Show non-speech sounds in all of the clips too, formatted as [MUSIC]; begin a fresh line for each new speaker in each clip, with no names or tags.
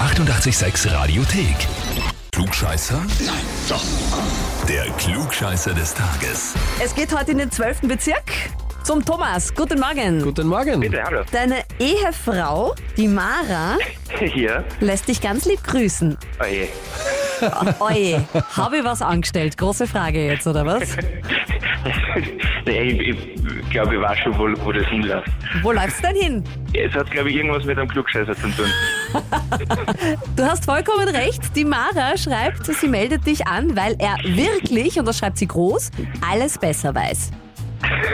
886 Radiothek. Klugscheißer? Nein, doch. Der Klugscheißer des Tages.
Es geht heute in den 12. Bezirk zum Thomas. Guten Morgen.
Guten Morgen.
Bitte, hallo. [LAUGHS]
Deine Ehefrau, die Mara,
Ja.
lässt dich ganz lieb grüßen.
Oh je.
[LAUGHS]
Oje, habe ich was angestellt? Große Frage jetzt, oder was?
[LAUGHS] nee, ich, ich glaube, ich weiß schon, wo, wo das hinläuft.
Wo läufst du denn hin?
Es hat, glaube ich, irgendwas mit einem Klugscheißer zu tun.
Du hast vollkommen recht. Die Mara schreibt, sie meldet dich an, weil er wirklich, und das schreibt sie groß, alles besser weiß.
[LAUGHS]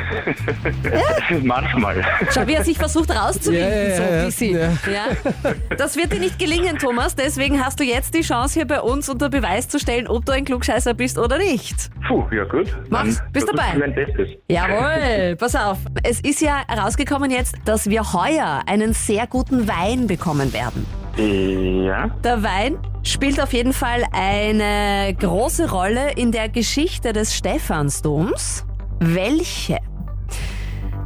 Manchmal.
Schau, wie er sich versucht rauszuwinden,
Ja, ja,
so
ja,
wie sie.
ja.
Ja. Das wird dir nicht gelingen, Thomas. Deswegen hast du jetzt die Chance, hier bei uns unter Beweis zu stellen, ob du ein Klugscheißer bist oder nicht.
Puh, ja gut.
Mach's.
Dann
Bist
versuch
dabei?
ich Mein Bestes.
Jawohl, pass auf. Es ist ja herausgekommen jetzt, dass wir heuer einen sehr guten Wein bekommen werden.
Äh, Ja.
Der Wein spielt auf jeden Fall eine große Rolle in der Geschichte des Stephansdoms. Welche?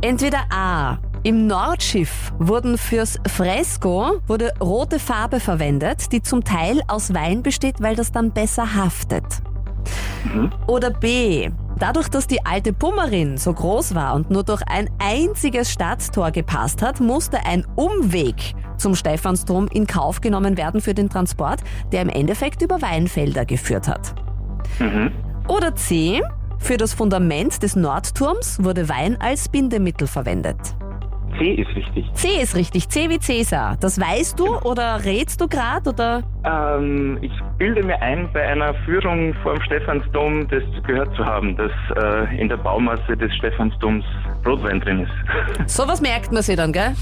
Entweder A. Im Nordschiff wurden fürs Fresko wurde rote Farbe verwendet, die zum Teil aus Wein besteht, weil das dann besser haftet. Oder B. Dadurch, dass die alte Pummerin so groß war und nur durch ein einziges Stadttor gepasst hat, musste ein Umweg zum Stephansdom in Kauf genommen werden für den Transport, der im Endeffekt über Weinfelder geführt hat. Oder C. Für das Fundament des Nordturms wurde Wein als Bindemittel verwendet.
C ist wichtig.
C ist richtig, C wie Cäsar. Das weißt du oder rätst du grad oder
Ähm, ich bilde mir ein, bei einer Führung vor dem Stephansdom das gehört zu haben, dass äh, in der Baumasse des Stephansdoms Rotwein drin ist. [LAUGHS]
sowas merkt man sich dann, gell?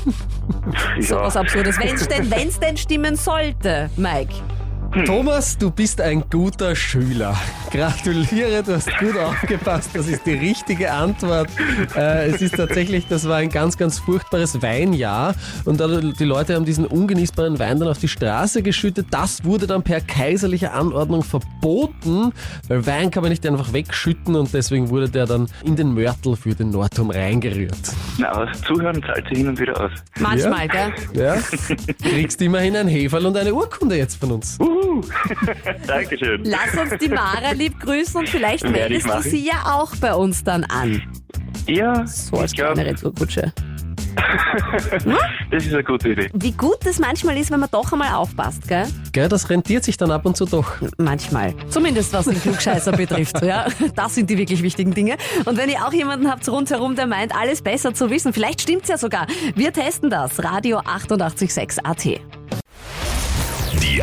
So was Absurdes. Wenn's denn, wenn's denn stimmen sollte, Mike.
Thomas, du bist ein guter Schüler. Gratuliere, du hast gut aufgepasst. Das ist die richtige Antwort. Äh, es ist tatsächlich, das war ein ganz, ganz furchtbares Weinjahr. Und da- die Leute haben diesen ungenießbaren Wein dann auf die Straße geschüttet. Das wurde dann per kaiserlicher Anordnung verboten, weil Wein kann man nicht einfach wegschütten und deswegen wurde der dann in den Mörtel für den Nordturm reingerührt.
Na, aber das Zuhören zahlt sich hin und wieder aus.
Manchmal, gell?
Ja? Kriegst immerhin ein Heferl und eine Urkunde jetzt von uns.
Uhu. [LAUGHS] Dankeschön.
Lass uns die Mara lieb grüßen und vielleicht
Werde ich
meldest du
machen.
sie ja auch bei uns dann an.
Ja,
So als
ich glaube,
kleinere Tourkutsche.
das ist eine gute Idee.
Wie gut das manchmal ist, wenn man doch einmal aufpasst, gell?
Gell, das rentiert sich dann ab und zu doch.
Manchmal. Zumindest was den Klugscheißer betrifft. Ja, das sind die wirklich wichtigen Dinge. Und wenn ihr auch jemanden habt rundherum, der meint, alles besser zu wissen, vielleicht stimmt's ja sogar. Wir testen das. Radio 886 AT.
Die